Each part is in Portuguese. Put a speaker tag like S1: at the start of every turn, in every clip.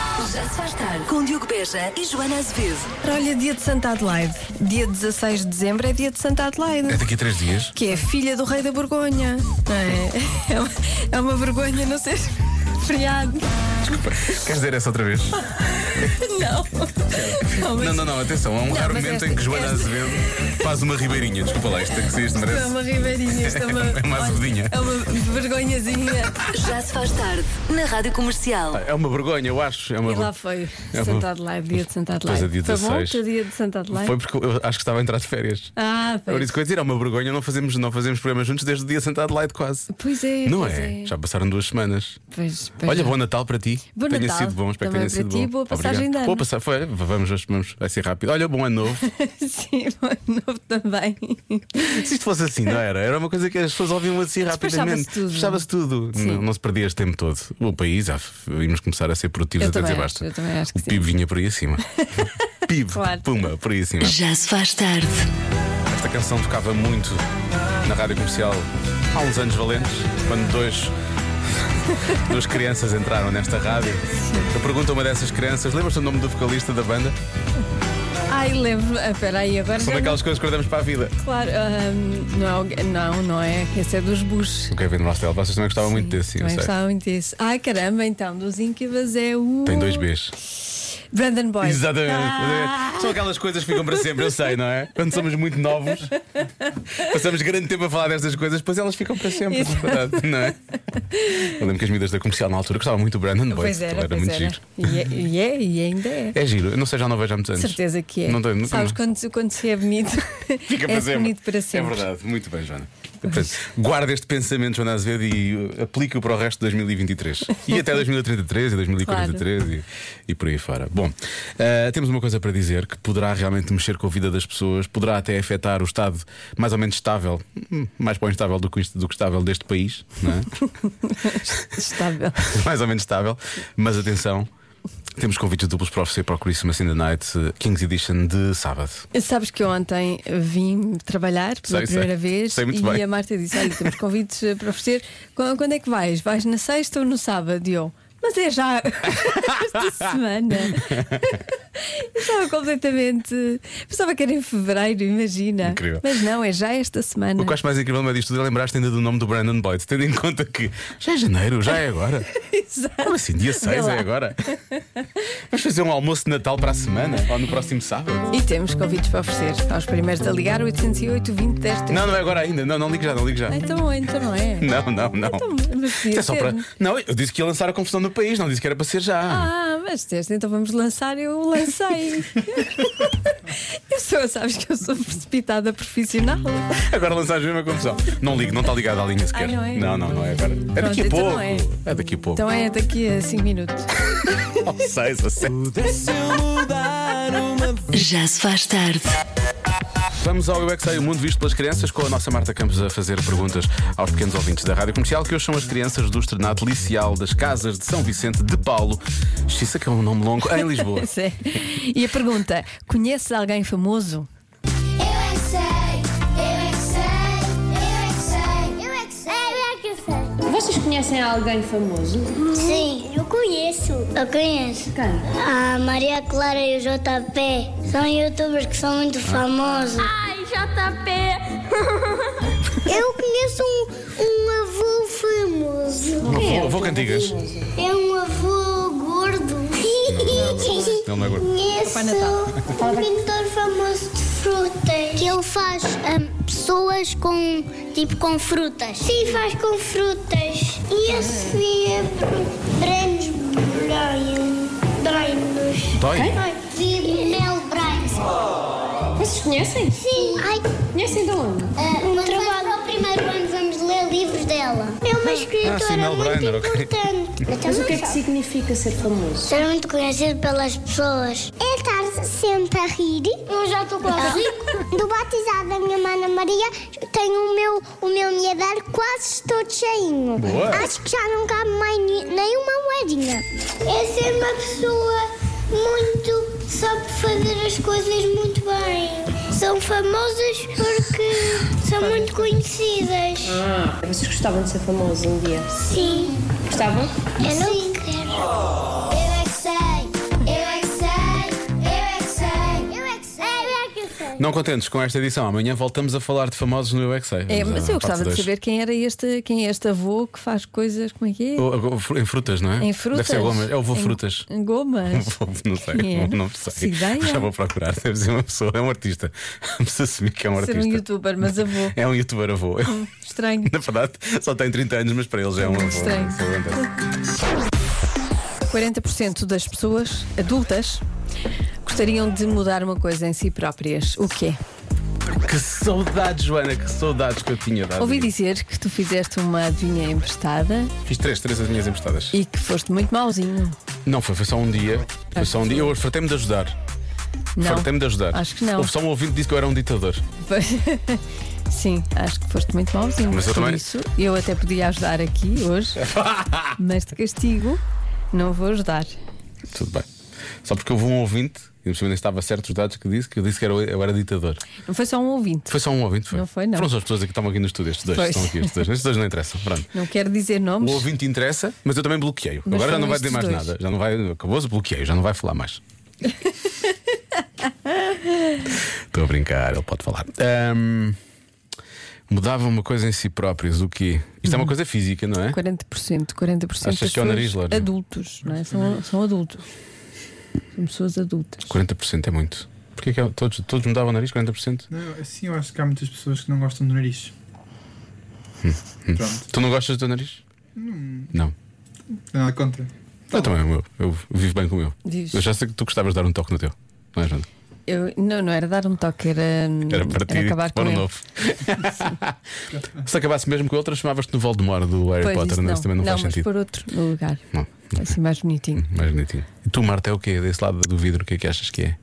S1: Já se faz tarde com Diogo Beja e Joana Azevedo.
S2: Olha, dia de Santa Adelaide. Dia 16 de dezembro é dia de Santa
S3: É
S2: Adelaide.
S3: daqui a três dias.
S2: Que é filha do rei da Borgonha. Não é? É uma, é uma vergonha não ser feriado.
S3: Queres dizer essa outra vez?
S2: Não. É Não, mas
S3: Não, não, não, atenção. Há um raro
S2: mas
S3: momento
S2: esta-
S3: em que Joana
S2: esta-
S3: Azevedo faz uma ribeirinha. Desculpa lá, isto é que se
S2: isto
S3: isto
S2: é
S3: merece.
S2: uma ribeirinha, isto é uma.
S3: É uma
S2: olha,
S3: azudinha.
S2: É uma vergonhazinha.
S1: Já se faz tarde na Rádio Comercial.
S3: É uma vergonha, eu acho. É uma
S2: E lá
S3: vergonha.
S2: foi.
S3: É
S2: Santa
S3: uma-
S2: Adelaide, dia de Santa
S3: Pois é,
S2: Adelaide. foi
S3: dia
S2: bom o
S3: 16.
S2: teu dia de Santa Adelaide?
S3: Foi porque eu acho que estava a entrar de férias.
S2: Ah,
S3: É por
S2: foi.
S3: isso que eu ia dizer, é uma vergonha, não fazemos, não fazemos programas juntos desde o dia sentado de Adelaide quase.
S2: Pois é.
S3: Não
S2: pois
S3: é? Já passaram duas semanas.
S2: Pois, pois
S3: Olha,
S2: é.
S3: bom Natal para ti.
S2: Bom
S3: tenha
S2: Natal.
S3: sido bom, espero que
S2: Também
S3: tenha
S2: para
S3: sido
S2: ti,
S3: bom.
S2: boa passagem de ano.
S3: Boa passagem, foi, vamos, vamos, vamos, vai ser rápido. Olha, bom ano novo.
S2: Sim, bom novo também.
S3: Se isto fosse assim, não era? Era uma coisa que as pessoas ouviam assim rapidamente.
S2: Despachava-se tudo. é?
S3: Fechava-se tudo.
S2: Sim.
S3: Não, não se perdia este tempo todo. O país, ah, íamos começar a ser produtivos
S2: Eu
S3: até
S2: também
S3: dizer
S2: acho,
S3: basta.
S2: eu também acho que
S3: o
S2: sim.
S3: PIB vinha por aí acima. PIB,
S2: Claro.
S3: puma, por aí acima.
S1: Já se faz tarde.
S3: Esta canção tocava muito na rádio comercial há uns anos valentes, quando dois. Duas crianças entraram nesta rádio. Eu pergunto a uma dessas crianças: lembras-te do nome do vocalista da banda?
S2: Ai, lembro. Ah, peraí, agora
S3: São
S2: já não-
S3: daquelas coisas é que guardamos para a vida.
S2: Claro, ahm, não, é, alguém- não, não é. que Esse é dos Bush.
S3: O Kevin Rostel, vocês também gostavam muito desse, eu
S2: Também
S3: sei.
S2: gostava muito disso. Ai caramba, então, dos Incubas é o.
S3: Tem dois Bs.
S2: Brandon Boyd.
S3: Exatamente.
S2: Ah,
S3: São aquelas coisas que ficam para sempre, eu sei, não é? Quando somos muito novos, passamos grande tempo a falar destas coisas, depois elas ficam para sempre,
S2: Exato.
S3: na verdade, não é? Eu lembro que as miúdas da comercial na altura gostavam muito do Brandon Boyd,
S2: pois era,
S3: ele era
S2: pois
S3: muito
S2: era.
S3: giro.
S2: E, é, e é, e ainda é.
S3: É giro, eu não sei, já não vejo há muitos anos.
S2: Certeza que é.
S3: Não tenho, nunca
S2: Sabes
S3: mais.
S2: quando, quando se é bonito,
S3: Fica
S2: é
S3: para sempre.
S2: bonito para sempre.
S3: É verdade, muito bem, Joana. Portanto, guarda este pensamento, Joana Azevedo, e uh, aplica-o para o resto de 2023. E até 2033 e 2043 e, e por aí fora. Bom, uh, temos uma coisa para dizer que poderá realmente mexer com a vida das pessoas, poderá até afetar o estado mais ou menos estável, hum, mais para o instável do que, o inst- do que estável deste país, não é?
S2: Estável.
S3: mais ou menos estável. Mas atenção, temos convites duplos para oferecer para o Christmas in the Night eh, Kings Edition de sábado.
S2: Sabes que eu ontem vim trabalhar pela
S3: Sei, sei.
S2: primeira vez
S3: Sei muito
S2: e
S3: bem.
S2: a Marta disse: Olha, temos convites eh, para oferecer. Qu- Quando é que vais? Vais na sexta ou no sábado? E eu, mas é já esta semana. eu estava completamente. Pensava que era em fevereiro, imagina.
S3: Incrível.
S2: Mas não, é já esta semana.
S3: O que eu acho mais incrível no meio disto tudo é lembrar-te ainda do nome do Brandon Boyd, tendo em conta que já é janeiro, já é agora.
S2: Exato.
S3: Como assim, dia 6
S2: lá.
S3: é agora? Vamos fazer um almoço de Natal para a semana ou no próximo sábado?
S2: E temos convites para oferecer aos primeiros a ligar 808 20 10
S3: Não, não é agora ainda. Não, não ligo já, não ligo já.
S2: Então, então não é?
S3: Não, não, não.
S2: Então, mas podia
S3: Isto é só
S2: ser.
S3: para. Não, eu disse que ia lançar a confusão no país, não disse que era para ser já.
S2: Ah, mas deste, então vamos lançar, eu lancei. eu sou, sabes que eu sou precipitada profissional.
S3: Agora lançar a mesma confusão. Não ligo, não está ligada à linha sequer.
S2: Ah, não é?
S3: não, não, não é agora. É daqui a
S2: então
S3: pouco.
S2: não é.
S3: É daqui a pouco.
S2: Então é daqui a 5 minutos.
S3: Ao 6 ou 7.
S1: Já se faz tarde.
S3: Vamos ao Eu é que Sei o Mundo visto pelas crianças com a nossa Marta Campos a fazer perguntas aos pequenos ouvintes da Rádio Comercial, que hoje são as crianças do Estrenato Licial das Casas de São Vicente de Paulo. Isso que é um nome longo, em Lisboa.
S2: Pois é. E a pergunta: conheces alguém famoso?
S4: Eu é que sei, eu é que sei, eu é que sei, eu é que sei, eu é que sei, eu
S5: Vocês conhecem alguém famoso?
S4: é que sei. Sim, eu conheço. Eu conheço.
S5: Quem?
S4: A Maria Clara e o JP são youtubers que são muito famosos. Ai, JP! eu conheço um, um avô famoso.
S3: Vou, vou cantigas.
S4: É um avô gordo.
S3: Não, não é gordo.
S4: Conheço
S2: Papai Natal.
S4: um pintor famoso de frutas. Que ele faz hum, pessoas com, tipo, com frutas. Sim, faz com frutas. E a Sofia Brenos Brainos.
S3: Dói?
S4: Mel Brains.
S3: Oh.
S5: Vocês conhecem?
S4: Sim. Ai,
S5: Conhecem de onde?
S4: mas trabalho. para o primeiro ano vamos ler livros dela. Então É uma escritora
S3: Ah, sim, Mel
S4: muito
S3: Brainer, ok.
S4: importante.
S5: Mas o que é que significa ser famoso?
S4: Ser muito conhecido pelas pessoas. É estar sempre a rir. Eu já estou quase rico. Do batizado da minha mana Maria, tenho o meu, o meu milhadário quase todo cheinho.
S3: Boa.
S4: Acho que já não cabe mais ni- nenhuma moedinha. É ser uma pessoa muito... Sabe fazer as coisas muito bem. São famosas porque são muito conhecidas.
S5: Ah. Vocês gostavam de ser famosos um dia?
S4: Sim.
S5: Gostavam?
S4: Eu não quero. Eu é que sei,
S3: Não contentes com esta edição, amanhã voltamos a falar de famosos no Eu É Que Sei.
S2: É,
S3: Vamos
S2: mas
S3: à
S2: eu
S3: parte
S2: gostava de
S3: dois.
S2: saber quem era este, quem é este avô que faz coisas, como é que é?
S3: O- o- fru- Em frutas, não é?
S2: Em frutas.
S3: Oh, Deve ser gomas. É o vou
S2: Em-
S3: frutas.
S2: Em gomas.
S3: Não sei,
S2: Quem é?
S3: não, não
S2: Faço
S3: sei.
S2: ideia.
S3: Já vou procurar. Deve ser uma pessoa, é um artista. Vamos assumir que é um
S2: Ser
S3: artista.
S2: um youtuber, mas avô.
S3: É um youtuber avô. Eu-
S2: Estranho.
S3: Na verdade, só tem 30 anos, mas para ele já é um avô.
S2: Estranho.
S3: Isso acontece.
S2: 40% das pessoas adultas gostariam de mudar uma coisa em si próprias. O quê?
S3: Que saudades, Joana, que saudades que eu tinha dado.
S2: Ouvi dizer que tu fizeste uma adivinha emprestada
S3: Fiz três, três adivinhas emprestadas.
S2: e que foste muito mauzinho.
S3: Não, foi, foi só um dia. Foi só um dia. Eu hoje fartei-me de ajudar.
S2: Não.
S3: Fartei-me de ajudar.
S2: Acho que não.
S3: Houve só um ouvinte que disse que eu era um ditador.
S2: Sim, acho que foste muito mauzinho.
S3: Mas eu
S2: Por
S3: também.
S2: isso, eu até podia ajudar aqui hoje, mas de castigo não vou ajudar.
S3: Tudo bem. Só porque houve um ouvinte, e não sei nem se estava certo os dados que disse, que eu disse que era, eu era ditador.
S2: Não foi só um ouvinte.
S3: Foi só um ouvinte, foi?
S2: Não foi, não.
S3: Foram só as pessoas aqui que estavam aqui no estúdio, estes dois.
S2: Pois.
S3: Estão aqui, estes dois. Estes dois não interessam. Pronto.
S2: Não quero dizer
S3: O
S2: nomes.
S3: ouvinte interessa, mas eu também bloqueio.
S2: Mas
S3: Agora já
S2: foram
S3: não vai dizer mais
S2: estes dois.
S3: nada. Já não vai. Acabou-se o bloqueio, já não vai falar mais. Estou a brincar, ele pode falar. Ahm, mudava uma coisa em si próprios, o quê? Isto é
S2: Uhum.
S3: uma coisa física, não é?
S2: 40%, 40% das
S3: Achas que é o nariz,
S2: pessoas
S3: Uhum. Lória?
S2: adultos, não é? São, são adultos. São pessoas adultas.
S3: 40% é muito. Porquê que é- todos, todos mudavam o nariz? 40%?
S6: Não, assim eu acho que há muitas pessoas que não gostam do nariz. Pronto,
S3: Tu não gostas do teu nariz? Não.
S6: nada contra.
S3: Eu também, o meu. Eu vivo bem com o meu.
S2: Diz.
S3: Eu já sei que tu gostavas de dar um toque no teu. Não é, Joana?
S2: Eu, não, não era dar um toque, era,
S3: Era para ti.
S2: era acabar com
S3: pôr um
S2: ele.
S3: novo. Se acabasse mesmo com ele, transformavas-te no Voldemort do Harry
S2: Pois,
S3: Potter,
S2: isso
S3: não. é?
S2: não.
S3: Isso também não, faz
S2: mas
S3: sentido.
S2: por outro no lugar.
S3: Não,
S2: Assim mais bonitinho.
S3: mais bonitinho. E tu, Marta, é o quê? Desse lado do vidro, o que é que achas que é?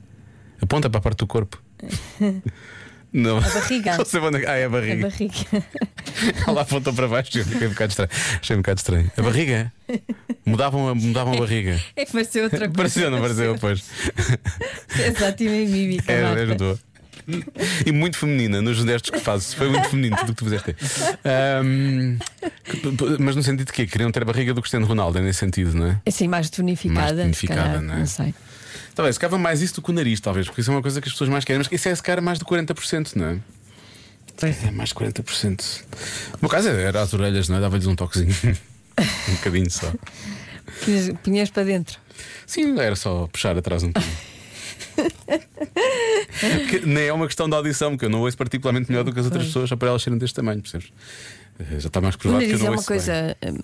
S3: Aponta para a parte do corpo. Não. A
S2: barriga.
S3: Não sei onde... Ah, é a
S2: A
S3: barriga.
S2: barriga.
S3: Ela apontou para baixo e eu fiquei um bocado estranho. Achei um bocado estranho. A barriga? Mudavam a, mudavam a barriga.
S2: É que pareceu outra coisa.
S3: Pareceu, não pareceu? Pois.
S2: Essa ótima mímica.
S3: É,
S2: Marta.
S3: ajudou. E muito feminina nos gestos que fazes. Foi muito feminino tudo o que tu fizeste. Ahm, p- p- mas no sentido de quê? Queriam ter a barriga do Cristiano Ronaldo, é nesse sentido, não é?
S2: Assim, mais tonificada.
S3: Mais tonificada,
S2: se calhar,
S3: não é?
S2: Não sei.
S3: Talvez, ficava mais isso do que o nariz, talvez, porque isso é uma coisa que as pessoas mais querem. Mas isso é esse cara mais de 40%, não é? É mais de 40%. No meu caso era as orelhas, não é? Dava-lhes um toquezinho. um bocadinho só.
S2: Punhas- Punhas para dentro.
S3: Sim, era só puxar atrás um bocadinho. Que nem é uma questão de audição, porque eu não ouço particularmente melhor do que as outras pessoas, só para elas serem deste tamanho, percebes? Eh, Já está mais
S2: O
S3: provado que eu
S2: nariz
S3: não
S2: é uma
S3: ouço bem.
S2: coisa hum,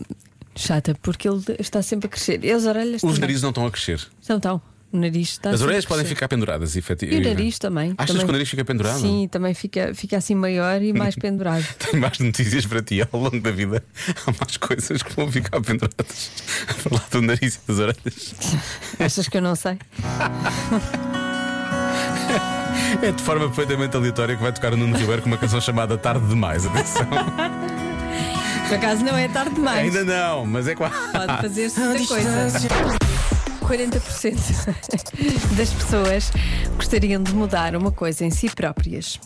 S2: chata, porque ele está sempre a crescer. E as orelhas
S3: Os
S2: também.
S3: narizes não estão a crescer.
S2: Não estão. O nariz está
S3: As
S2: sempre
S3: orelhas
S2: a
S3: podem
S2: crescer.
S3: ficar penduradas, efetivamente.
S2: Ah, E o nariz também.
S3: Achas
S2: também.
S3: que o nariz fica pendurado?
S2: Sim, também fica, fica assim maior e mais pendurado.
S3: Tenho mais notícias para ti ao longo da vida. Há mais coisas que vão ficar penduradas. Para lá do nariz e das orelhas.
S2: Achas que eu não sei?
S3: É de forma perfeitamente aleatória que vai tocar o Nuno Ribeiro com uma canção chamada Tarde Demais. Atenção.
S2: Por acaso não é tarde demais.
S3: Ainda não, mas é quase.
S2: Pode fazer-se muita coisa. 40% das pessoas gostariam de mudar uma coisa em si próprias.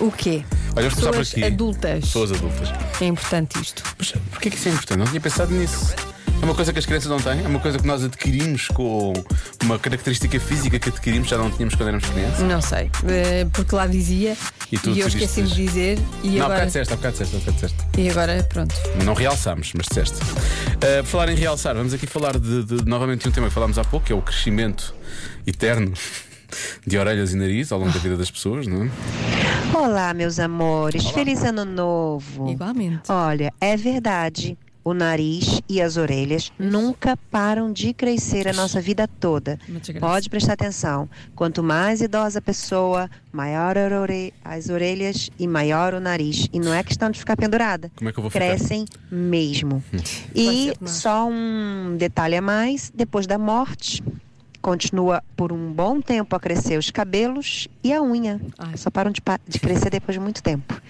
S2: O quê?
S3: Olha, vamos começar por
S2: pessoas
S3: aqui.
S2: adultas.
S3: Pessoas adultas.
S2: É importante isto.
S3: Mas porquê que isso é importante? Não tinha pensado nisso. É uma coisa que as crianças não têm, é uma coisa que nós adquirimos com uma característica física que adquirimos, já não tínhamos quando éramos crianças.
S2: Não sei. eh, Porque lá dizia
S3: E tu
S2: eu
S3: decidiste
S2: esqueci-me de dizer. E
S3: não, há bocado
S2: agora,
S3: disseste, há bocado disseste, há bocado disseste.
S2: e agora, pronto.
S3: Não realçámos, mas disseste. Ah, por falar em realçar, vamos aqui falar de, de- novamente de um tema que falámos há pouco, que é o crescimento eterno de orelhas e nariz ao longo da vida das pessoas, não é?
S7: Olá, meus amores. Feliz ano
S3: Oh.
S7: novo.
S2: Igualmente.
S7: Olha, é verdade. O nariz e as orelhas nunca param de crescer a nossa vida toda.
S2: Uma desgraça.
S7: Pode prestar atenção. Quanto mais idosa a pessoa, maior a ore- as orelhas e maior o nariz. E não é questão de ficar pendurada.
S3: Como é que eu vou ficar? Hum.
S7: Crescem mesmo.
S2: Vai
S7: E
S2: ser demais.
S7: só um detalhe a mais: depois da morte, continua por um bom tempo a crescer os cabelos e a unha.
S2: Ai.
S7: Só param de, pa- de crescer depois de muito tempo.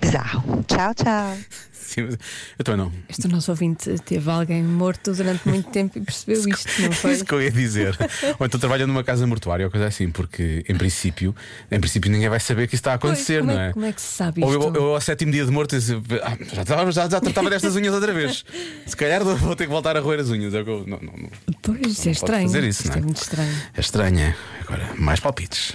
S7: Bizarro. Tchau, tchau.
S3: Sim, mas eu também não.
S2: Este nosso ouvinte teve alguém morto durante muito tempo e percebeu isto, não foi?
S3: Isso que eu ia dizer. Ou então trabalha numa casa mortuária ou coisa assim, porque em princípio, em princípio ninguém vai saber que isso está a acontecer,
S2: Pois, como
S3: não é?
S2: Como é que se sabe
S3: Ou
S2: isto?
S3: eu, eu ao sétimo dia de morto disse, "Ah, já, tava- já, já tratava destas unhas outra vez. Se calhar vou ter que voltar a roer as unhas. É o que eu- não, não, não.
S2: Pois,
S3: pode
S2: é estranho.
S3: fazer isso,
S2: Isto
S3: não é?
S2: é muito estranho.
S3: É estranho, é? Agora, mais palpites.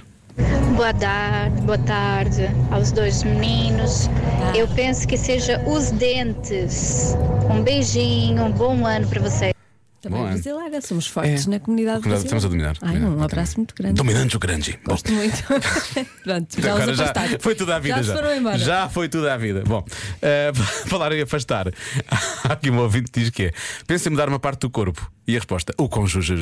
S8: Boa tarde, boa tarde aos dois meninos. Eu penso que seja os dentes. Um beijinho, um bom ano para vocês.
S2: Também
S3: Bom ano.
S2: brasileira, somos fortes na comunidade brasileira.
S3: Comunidade, Estamos a dominar.
S2: Ai,
S3: Dominar,
S2: um abraço muito grande.
S3: Dominantes o grande. Bom. Então
S2: Gosto muito. Pronto, já
S3: Agora
S2: os
S3: já
S2: afastaram.
S3: foi tudo à
S2: Já
S3: vida.
S2: se foram embora.
S3: Já foi tudo à vida. Bom, eh, falar em afastar. Há Aqui um ouvinte que diz que é: pensa em mudar uma parte do corpo. E a resposta: o cônjuge.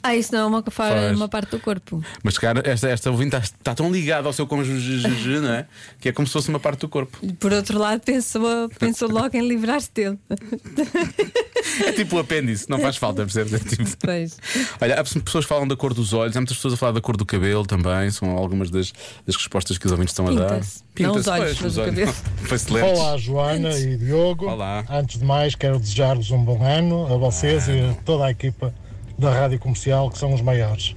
S2: Ah, isso não é uma, fa-
S3: Faz.
S2: uma parte do corpo.
S3: Mas cara, esta, esta ouvinte está, está tão ligada ao seu cônjuge, não é? Que é como se fosse uma parte do corpo.
S2: E, Por outro lado, pensou, pensou logo em livrar-se dele.
S3: É tipo o apêndice, não faz falta, percebes? É tipo-
S2: Pois.
S3: Olha, há pessoas que falam da cor dos olhos, há muitas pessoas a falar da cor do cabelo também, são algumas das, das respostas que os ouvintes estão a dar.
S2: Pinta-se. Não os olhos,
S3: pois,
S2: mas
S3: os
S2: o
S3: olhos.
S2: cabelo.
S3: Facelantes.
S9: Olá, Joana e Diogo.
S3: Olá.
S9: Antes de mais, quero desejar-vos um bom ano a vocês e a toda a equipa da Rádio Comercial, que são os maiores.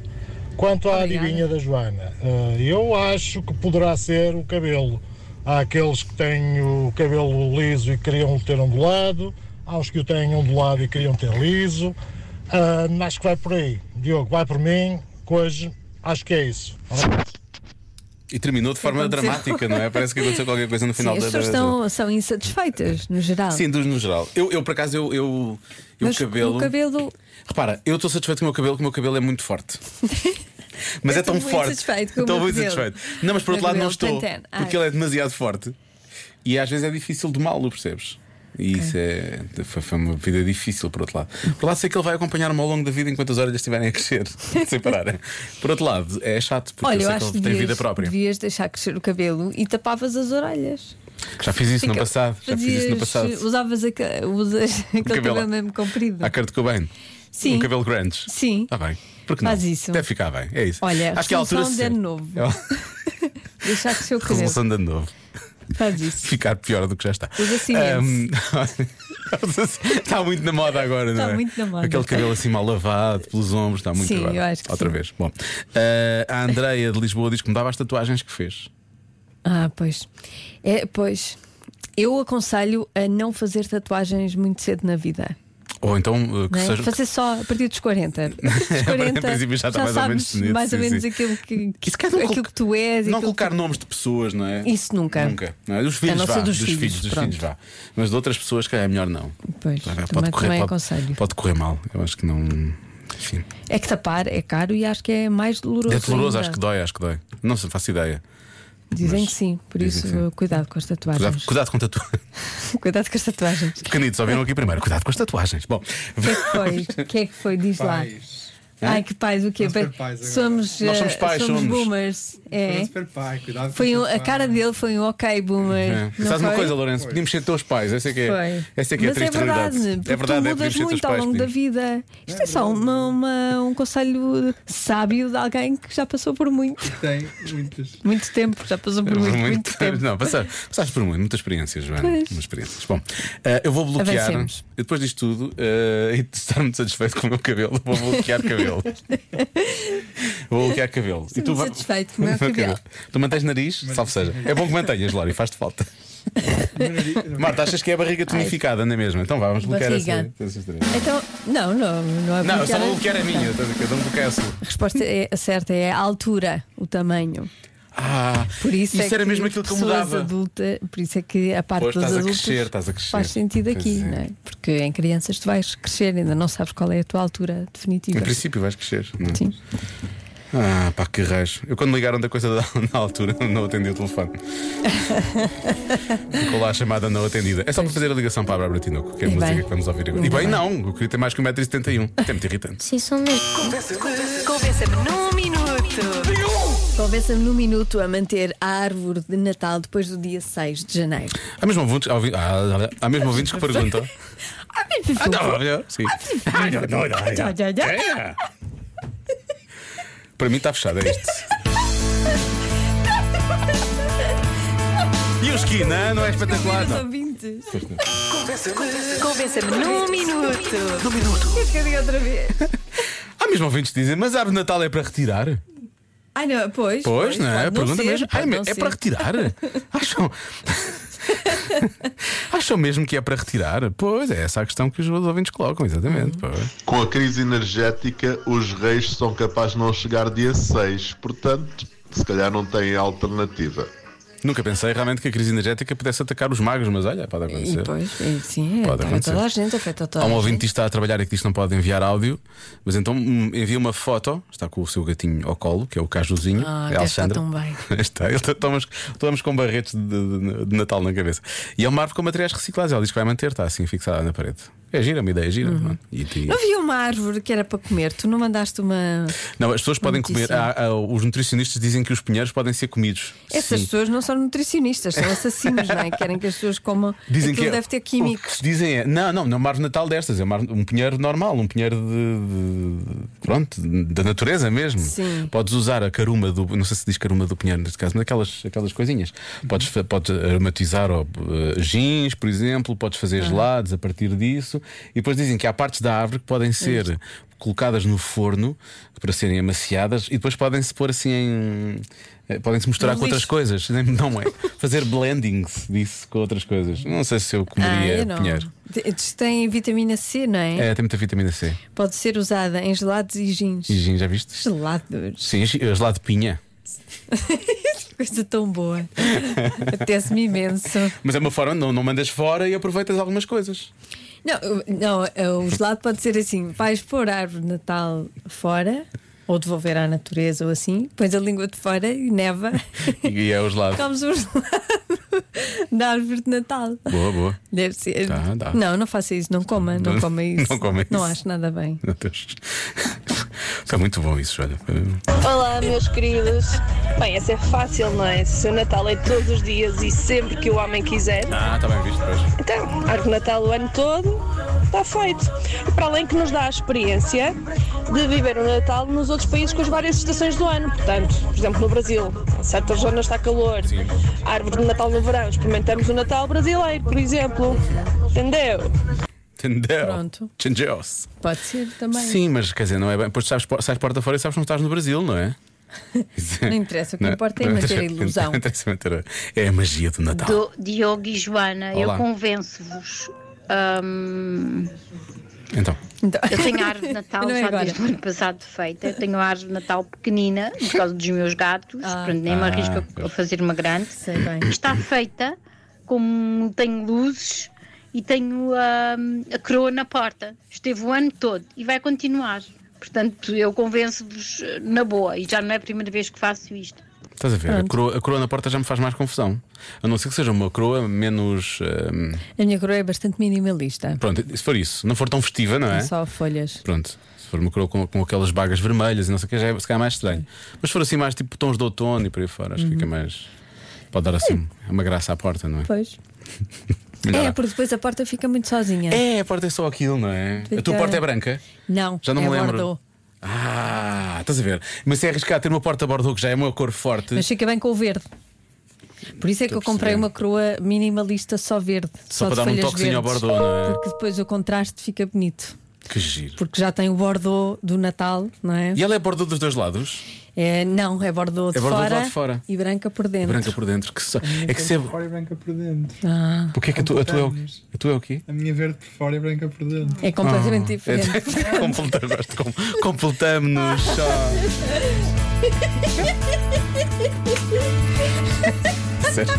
S9: Quanto à
S2: Obrigada.
S9: adivinha da Joana, eh, eu acho que poderá ser o cabelo. Há aqueles que têm o cabelo liso e queriam ter ondulado, há os que o têm ondulado e queriam ter liso. Ah, acho que vai por aí. Diogo, vai por mim, que hoje acho que é isso.
S3: E terminou de forma
S2: Aconteceu.
S3: dramática, não é? Parece que aconteceu qualquer coisa no
S2: Sim,
S3: final
S2: as
S3: da
S2: pessoas
S3: da-
S2: estão, são insatisfeitas, no geral.
S3: Sim, dos no geral. Eu, eu, por acaso, eu, eu, eu
S2: Mas
S3: cabelo.
S2: o cabelo.
S3: Repara, eu estou satisfeito com o meu cabelo, que o meu cabelo é muito forte. Mas
S2: Eu
S3: é
S2: estou
S3: tão
S2: muito
S3: forte.
S2: satisfeito com o
S3: estou
S2: meu
S3: muito
S2: cabelo.
S3: satisfeito. Não, mas por
S2: Meu
S3: outro lado
S2: cabelo
S3: não estou.
S2: Pantene. Ai.
S3: Porque ele é demasiado forte. E às vezes é difícil de lo percebes? E isso é. Foi, foi uma vida difícil, por outro lado. Por outro lado, sei que ele vai acompanhar-me ao longo da vida enquanto as orelhas estiverem a crescer, sem parar. Por outro lado, é chato, porque
S2: Olha,
S3: eu
S2: eu
S3: sei que
S2: acho
S3: ele
S2: que
S3: tem
S2: devias,
S3: vida própria.
S2: devias deixar crescer o cabelo e tapavas as orelhas.
S3: Já fiz isso no
S2: Fica-
S3: passado. Já fiz isso no
S2: fazias-
S3: passado.
S2: Usavas aca- usas aquele
S3: cabelo-
S2: cabelo, mesmo comprido.
S3: À cara de Cobain.
S2: Sim.
S3: Um cabelo grande.
S2: Sim.
S3: Está bem. Porque não?
S2: Faz isso.
S3: Deve ficar bem. É isso.
S2: Olha,
S3: acho que a altura.
S2: resolução de
S3: certa-
S2: ano novo.
S3: É uma
S2: Deixar crescer o cabelo.
S3: Resolução de ano novo.
S2: Faz isso.
S3: Ficar pior do que já está.
S2: Usa cimento.
S3: Ahm, está muito na moda agora, não é?
S2: Está muito na moda.
S3: Aquele cabelo assim mal lavado, pelos ombros, está muito
S2: Sim,
S3: agora.
S2: eu acho que
S3: Outra
S2: sim.
S3: vez. Bom, ah, a Andreia de Lisboa diz que mudava as tatuagens que fez.
S2: Ah, pois. É, pois. Eu aconselho a não fazer tatuagens muito cedo na vida.
S3: Ou então ah, que
S2: não é?
S3: seja.
S2: Fazer só a partir dos 40. A partir dos
S3: Em
S2: 40
S3: princípio já está mais ou menos
S2: sabes
S3: definido,
S2: mais ou
S3: sim,
S2: menos
S3: sim.
S2: aquilo que,
S3: Que se calhar não
S2: aquilo
S3: colo-
S2: que tu és.
S3: Não
S2: aquilo que-
S3: colocar nomes de pessoas, não é?
S2: Isso nunca.
S3: Nunca. Não é? Dos
S2: A
S3: filhos,
S2: não ser
S3: vá.
S2: dos filhos,
S3: dos
S2: pronto.
S3: filhos, vá. Mas de outras pessoas, que é melhor não.
S2: Pois,
S3: Pode
S2: também,
S3: correr-
S2: também é
S3: pode-
S2: aconselho.
S3: Pode correr mal. Eu acho que não. Enfim.
S2: É que tapar é caro e acho que é mais doloroso.
S3: É doloroso,
S2: ainda.
S3: acho que dói, acho que dói. Não se faço ideia.
S2: Dizem
S3: mas-
S2: que sim, por
S3: dizem
S2: isso
S3: que sim.
S2: cuidado com as
S3: Cuidado,
S2: tatuagens.
S3: cuidado com tatuagens.
S2: Cuidado com as tatuagens.
S3: Pequenitos, só viram aqui primeiro. Cuidado com as tatuagens. Bom,
S2: O que é que foi? O que é que foi? Diz lá.
S6: Pais.
S2: Ai, que pais, o quê?
S6: Vamos ser pais agora.
S2: somos, eh,
S3: Nós somos pais, somos.
S2: boomers. É.
S6: Parece super pai, cuidado com
S2: Foi
S6: o
S2: um-
S6: seu
S2: a
S6: pai.
S2: cara dele foi um ok, boomer.
S3: é.
S2: não
S3: sabes uma
S2: foi?
S3: coisa, Lourenço? Podíamos ser teus pais. Essa é que é,
S2: Foi.
S3: essa é, que é a
S2: Mas é
S3: triste
S2: verdade,
S3: realidade.
S2: porque
S3: É verdade,
S2: tu
S3: é
S2: mudas
S3: podíamos ser teus
S2: muito ao
S3: pais.
S2: longo da
S3: podíamos.
S2: vida. Isto é, só uma- uma- um conselho sábio de alguém que já passou por muito,
S6: Tem muitas.
S2: muito tempo, já passou por muito, muito tempo.
S3: Não, passaste, passaste por muito, muitas experiências, Joana.
S2: Pois.
S3: Muitas experiências. Bom, eh, eu vou bloquear.
S2: Avancemos.
S3: Eu depois disto tudo, eh, e de estar muito satisfeito com o meu cabelo, vou bloquear cabelo. vou bloquear cabelo. E
S2: muito
S3: vai-
S2: satisfeito com o meu cabelo.
S3: Tu mantens nariz, salve seja. É bom que mantenhas, Lori, faz-te falta. Marta, achas que é a barriga tonificada, não é mesmo? Então vá, vamos bloquear
S2: Barriga.
S3: essa. essas três.
S2: Então, não, não, não é
S3: Não, eu
S2: bloquear.
S3: só vou bloquear a minha, estás a ver? Eu não bloqueio a sua.
S2: A resposta é, a certa é a altura, o tamanho.
S3: Ah,
S2: Por isso, é
S3: era
S2: que
S3: mesmo aquilo que eu
S2: pessoas
S3: mudava.
S2: Adulta, por isso é que a parte
S3: Pois,
S2: dos
S3: estás a
S2: adultos
S3: crescer, estás a crescer.
S2: faz sentido
S3: Pois
S2: aqui,
S3: é.
S2: não é? Porque em crianças tu vais crescer, ainda não sabes qual é a tua altura definitiva.
S3: Em princípio vais crescer, não é?
S2: Sim.
S3: Ah, pá, que raios. Eu quando ligaram da coisa da, na altura, não atendi o telefone. Ficou lá a chamada não atendida. É só para fazer a ligação para a Bárbara Tinoco, que é a
S2: E
S3: música
S2: bem.
S3: que vamos ouvir agora.
S2: Ainda
S3: E bem,
S2: bem.
S3: não, eu queria ter mais que 1,71m. Até É muito irritante.
S4: Sim, sou mesmo.
S1: Convença-me num minuto.
S2: Convença-me num minuto a manter a árvore de Natal depois do dia 6 de janeiro.
S3: Há mesmo ouvintes, há, ouvi- há- há- há mesmo ouvintes que perguntam. Ah, não, olha, sim. Ah, não, não, não, não. É. Para mim está fechado, é isto. E o esqui, não, não é espetacular. Não.
S2: ouvintes.
S1: Convença-me num minuto.
S3: Há mesmo ouvintes que dizem, mas a árvore de Natal é para retirar?
S2: Ah, não, pois.
S3: Pois, não é?
S2: pode
S3: Pergunta
S2: ser,
S3: mesmo.
S2: pode
S3: Ai,
S2: não
S3: é
S2: ser.
S3: para retirar? Acham? Acham mesmo que é para retirar? Pois é, essa a questão que os ouvintes colocam, exatamente.
S2: Hum.
S3: pois.
S10: Com a crise energética, os reis são capazes de não chegar dia 6, portanto, se calhar não têm alternativa.
S3: Nunca pensei realmente que a crise energética pudesse atacar os magos, mas olha, pode
S2: E
S3: acontecer.
S2: depois, e sim,
S3: Pode
S2: afeta
S3: acontecer.
S2: toda a gente, afeta toda
S3: Há um
S2: a
S3: ouvinte
S2: gente.
S3: que está a trabalhar e que diz que não pode enviar áudio, mas então hum, envia uma foto, está com o seu gatinho ao colo, que é o Cajuzinho,
S2: Ah,
S3: é a
S2: deve estar
S3: Alexandra.
S2: tão bem.
S3: está, ele está, estamos, estamos com barretes de, de- de Natal na cabeça. E é uma árvore com materiais recicláveis, ela diz que vai manter, está assim fixada na parede. É gira, uma ideia é gira.
S2: Uhum.
S3: não é? E ti-
S2: Não havia uma árvore que era para comer, tu não mandaste uma.
S3: Não, as pessoas podem comer.
S2: Notícia.
S3: há- há- os nutricionistas dizem que os pinheiros podem ser comidos.
S2: Essas
S3: Sim.
S2: pessoas não são nutricionistas, são assassinos, não é? Querem que as pessoas comam.
S3: Dizem
S2: Aquilo
S3: que é-
S2: deve ter
S3: O que
S2: químicos.
S3: se dizem é. Não, não, não é uma árvore de natal destas. É uma árvore- um pinheiro normal, um pinheiro de, de- Pronto, da natureza mesmo.
S2: Sim.
S3: Podes usar a caruma do. Não sei se diz caruma do pinheiro neste caso, mas aquelas, aquelas coisinhas. Podes, fa- podes aromatizar ou, eh, gins, por exemplo, podes
S2: Ah.
S3: fazer gelados a partir disso. E depois dizem que há partes da árvore que podem ser. Colocadas no forno para serem amaciadas e depois podem-se pôr assim em. eh, Podem-se misturar
S2: No
S3: com outras
S2: lixo.
S3: coisas. Não é? Fazer blendings disso com outras coisas. Não sei se eu
S2: Ah,
S3: comeria
S2: eu não.
S3: pinheiro.
S2: Te- Diz que Tem vitamina C, não é?
S3: É, tem muita vitamina C.
S2: Pode ser usada em gelados e gins.
S3: E gin, já viste?
S2: Gelados.
S3: Sim, gi- gelado de pinha.
S2: Que Coisa tão boa. Apetece-me imenso.
S3: Mas é uma forma, não, não mandas fora e aproveitas algumas coisas.
S2: Não, eu- não, eu- o gelado pode ser assim: vais pôr a árvore de Natal fora, ou devolver à natureza, ou assim, pões a língua de fora e neva.
S3: E, e é o gelado.
S2: Comes o gelado da árvore de Natal.
S3: Boa, boa.
S2: Deve ser.
S3: Tá, dá.
S2: Não, não faça isso, não coma, não,
S3: Não-
S2: coma isso.
S3: não coma
S2: Não
S3: isso.
S2: acho nada bem.
S3: Meu Deus. Está muito bom isso, olha.
S11: Olá, meus queridos. Bem, essa é fácil, não é? Se o Natal é todos os dias e sempre que o homem quiser,
S3: Ah, está bem visto, pois.
S11: então, árvore de Natal o ano todo, está feito. Para além que nos dá a experiência de viver o Natal nos outros países com as várias estações do ano. Portanto, por exemplo, no Brasil, em certas zonas está calor, árvore de Natal no verão, experimentamos o Natal brasileiro, por exemplo. Entendeu?
S3: Entendeu?
S2: Pronto.
S3: Entendeu-se.
S2: Pode ser também.
S3: Sim, mas quer dizer, não é bem. Depois tu sabes, po- sais porta fora e sabes que não estás no Brasil, não é?
S2: Não interessa, o que
S3: Não-
S2: importa é
S3: não
S2: manter a
S3: interessa-
S2: ilusão.
S3: não interessa manter a- É a magia do Natal.
S12: Do Diogo e Joana,
S3: Olá.
S12: eu convenço-vos. Hum,
S3: Então.
S2: Então-
S12: eu tenho a árvore de Natal
S2: Não é
S12: já
S2: agora.
S12: desde o ano passado feita. Eu tenho a árvore de Natal pequenina por causa dos meus gatos. Portanto, nem me
S3: Ah,
S12: arrisco a- a
S3: pois.
S12: fazer uma grande.
S2: Sei bem.
S12: Está feita, como tenho luzes e tenho hum, a coroa na porta. Esteve o ano todo e vai continuar. Portanto, eu convenço-vos eh, na boa. E já não é a primeira vez que faço isto.
S3: Estás a ver? A
S2: Pronto.
S3: coroa, a coroa na porta já me faz mais confusão. A não ser que seja uma coroa menos. hum,
S2: A minha coroa é bastante minimalista.
S3: pronto, se for isso, não for tão festiva, não é?
S2: É só folhas.
S3: Pronto, se for uma coroa com, com aquelas bagas vermelhas e não sei o que, já é, se calhar é mais estranho. Mas se for assim, mais tipo tons de outono e por aí fora, acho que
S2: Uhum.
S3: fica mais. Pode dar assim uma graça à porta, não é?
S2: Pois.
S3: Melhor
S2: É,
S3: lá.
S2: porque depois a porta fica muito sozinha.
S3: É, a porta é só aquilo, não é? A tua
S2: Fica-
S3: porta é branca?
S2: Não,
S3: Já não
S2: é
S3: me lembro.
S2: Bordeaux.
S3: Ah, estás a ver? Mas se é arriscado ter uma porta bordeaux que já é uma cor forte,
S2: Mas fica bem com o verde. Por isso é que
S3: Estou
S2: eu
S3: a
S2: comprei
S3: perceber.
S2: uma coroa minimalista só verde. Só,
S3: Só para
S2: de
S3: dar um
S2: folhas
S3: toquezinho ao
S2: verdes,
S3: Bordeaux, não é?
S2: Porque depois o contraste fica bonito.
S3: que giro.
S2: Porque já tem o Bordeaux do Natal, não é?
S3: E ela é bordeaux dos dois lados?
S2: É, não, é Bordeaux,
S3: É
S2: de,
S3: Bordeaux do
S2: fora
S3: lado de fora.
S2: e branca por dentro.
S3: Branca por dentro. Que só... É que se é.
S6: Fora e branca por dentro.
S2: Ah,
S3: O que é que a tua, a tua é o, a tua é o quê?
S6: A minha verde por fora e branca por dentro.
S2: é completamente diferente.
S3: É, Completa- gosto de com- Completamos-nos só. Sério?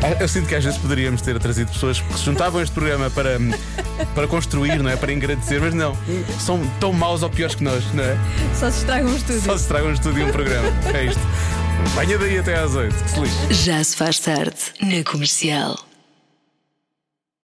S3: Ah, Eu sinto que às vezes poderíamos ter trazido pessoas que se juntavam a este programa para, para construir, não é? Para engrandecer, mas não. São tão maus ou piores que nós, não é?
S2: Só se estraga um estúdio.
S3: Só se tragam um estúdio e um programa. É isto. Venha daí até às oito. Que se lixe.
S1: Já se faz tarde na comercial.